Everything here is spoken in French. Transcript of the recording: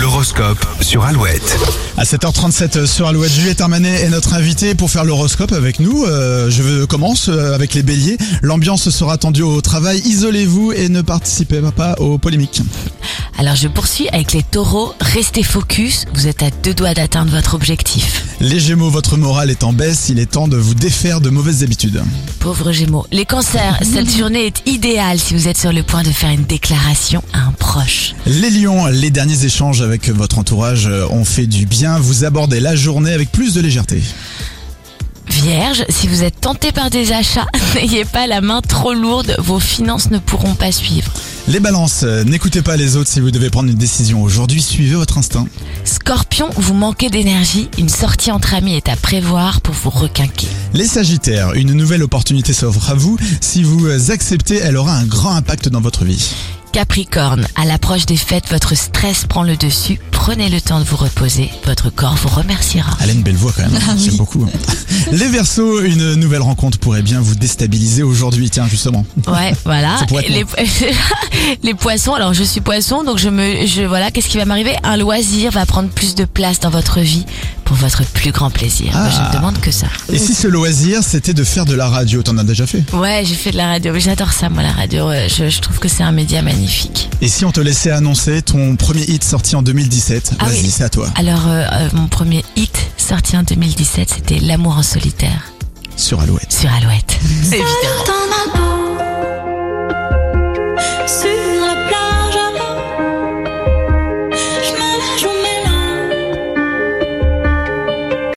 L'horoscope sur Alouette. À 7h37 euh, sur Alouette, Juliette Armanet est notre invitée pour faire l'horoscope avec nous. Euh, je commence euh, avec les béliers. L'ambiance sera tendue au travail. Isolez-vous et ne participez pas aux polémiques. Alors je poursuis avec les taureaux, restez focus, vous êtes à deux doigts d'atteindre votre objectif. Les gémeaux, votre morale est en baisse. Il est temps de vous défaire de mauvaises habitudes. Pauvres Gémeaux, les cancers, cette journée est idéale si vous êtes sur le point de faire une déclaration à un proche. Les lions, les derniers échanges avec votre entourage euh, ont fait du bien. Vous abordez la journée avec plus de légèreté. Vierge, si vous êtes tenté par des achats, n'ayez pas la main trop lourde, vos finances ne pourront pas suivre. Les balances, euh, n'écoutez pas les autres si vous devez prendre une décision aujourd'hui. Suivez votre instinct. Scorpion, vous manquez d'énergie, une sortie entre amis est à prévoir pour vous requinquer. Les Sagittaires, une nouvelle opportunité s'offre à vous. Si vous acceptez, elle aura un grand impact dans votre vie. Capricorne, à l'approche des fêtes, votre stress prend le dessus, prenez le temps de vous reposer, votre corps vous remerciera. Elle a une belle voix quand Ah même, hein, j'aime beaucoup. Les Verseaux, une nouvelle rencontre pourrait bien vous déstabiliser aujourd'hui, tiens justement. Ouais, voilà. Ça pourrait être Les, les poissons, alors je suis poisson, donc je me, je, voilà, qu'est-ce qui va m'arriver Un loisir va prendre plus de place dans votre vie pour votre plus grand plaisir. Moi, je Ah. ne demande que ça. Et si ce loisir, c'était de faire de la radio, t'en as déjà fait Ouais, j'ai fait de la radio, mais j'adore ça, moi, la radio. Ouais, Je, je trouve que c'est un média magnifique. Et si on te laissait annoncer ton premier hit sorti en 2017 Ah Vas-y, oui. c'est à toi. Alors, euh, euh, mon premier hit sorti en 2017, c'était L'amour en solitaire Sur Alouette. sur Alouette. Évidemment. T'en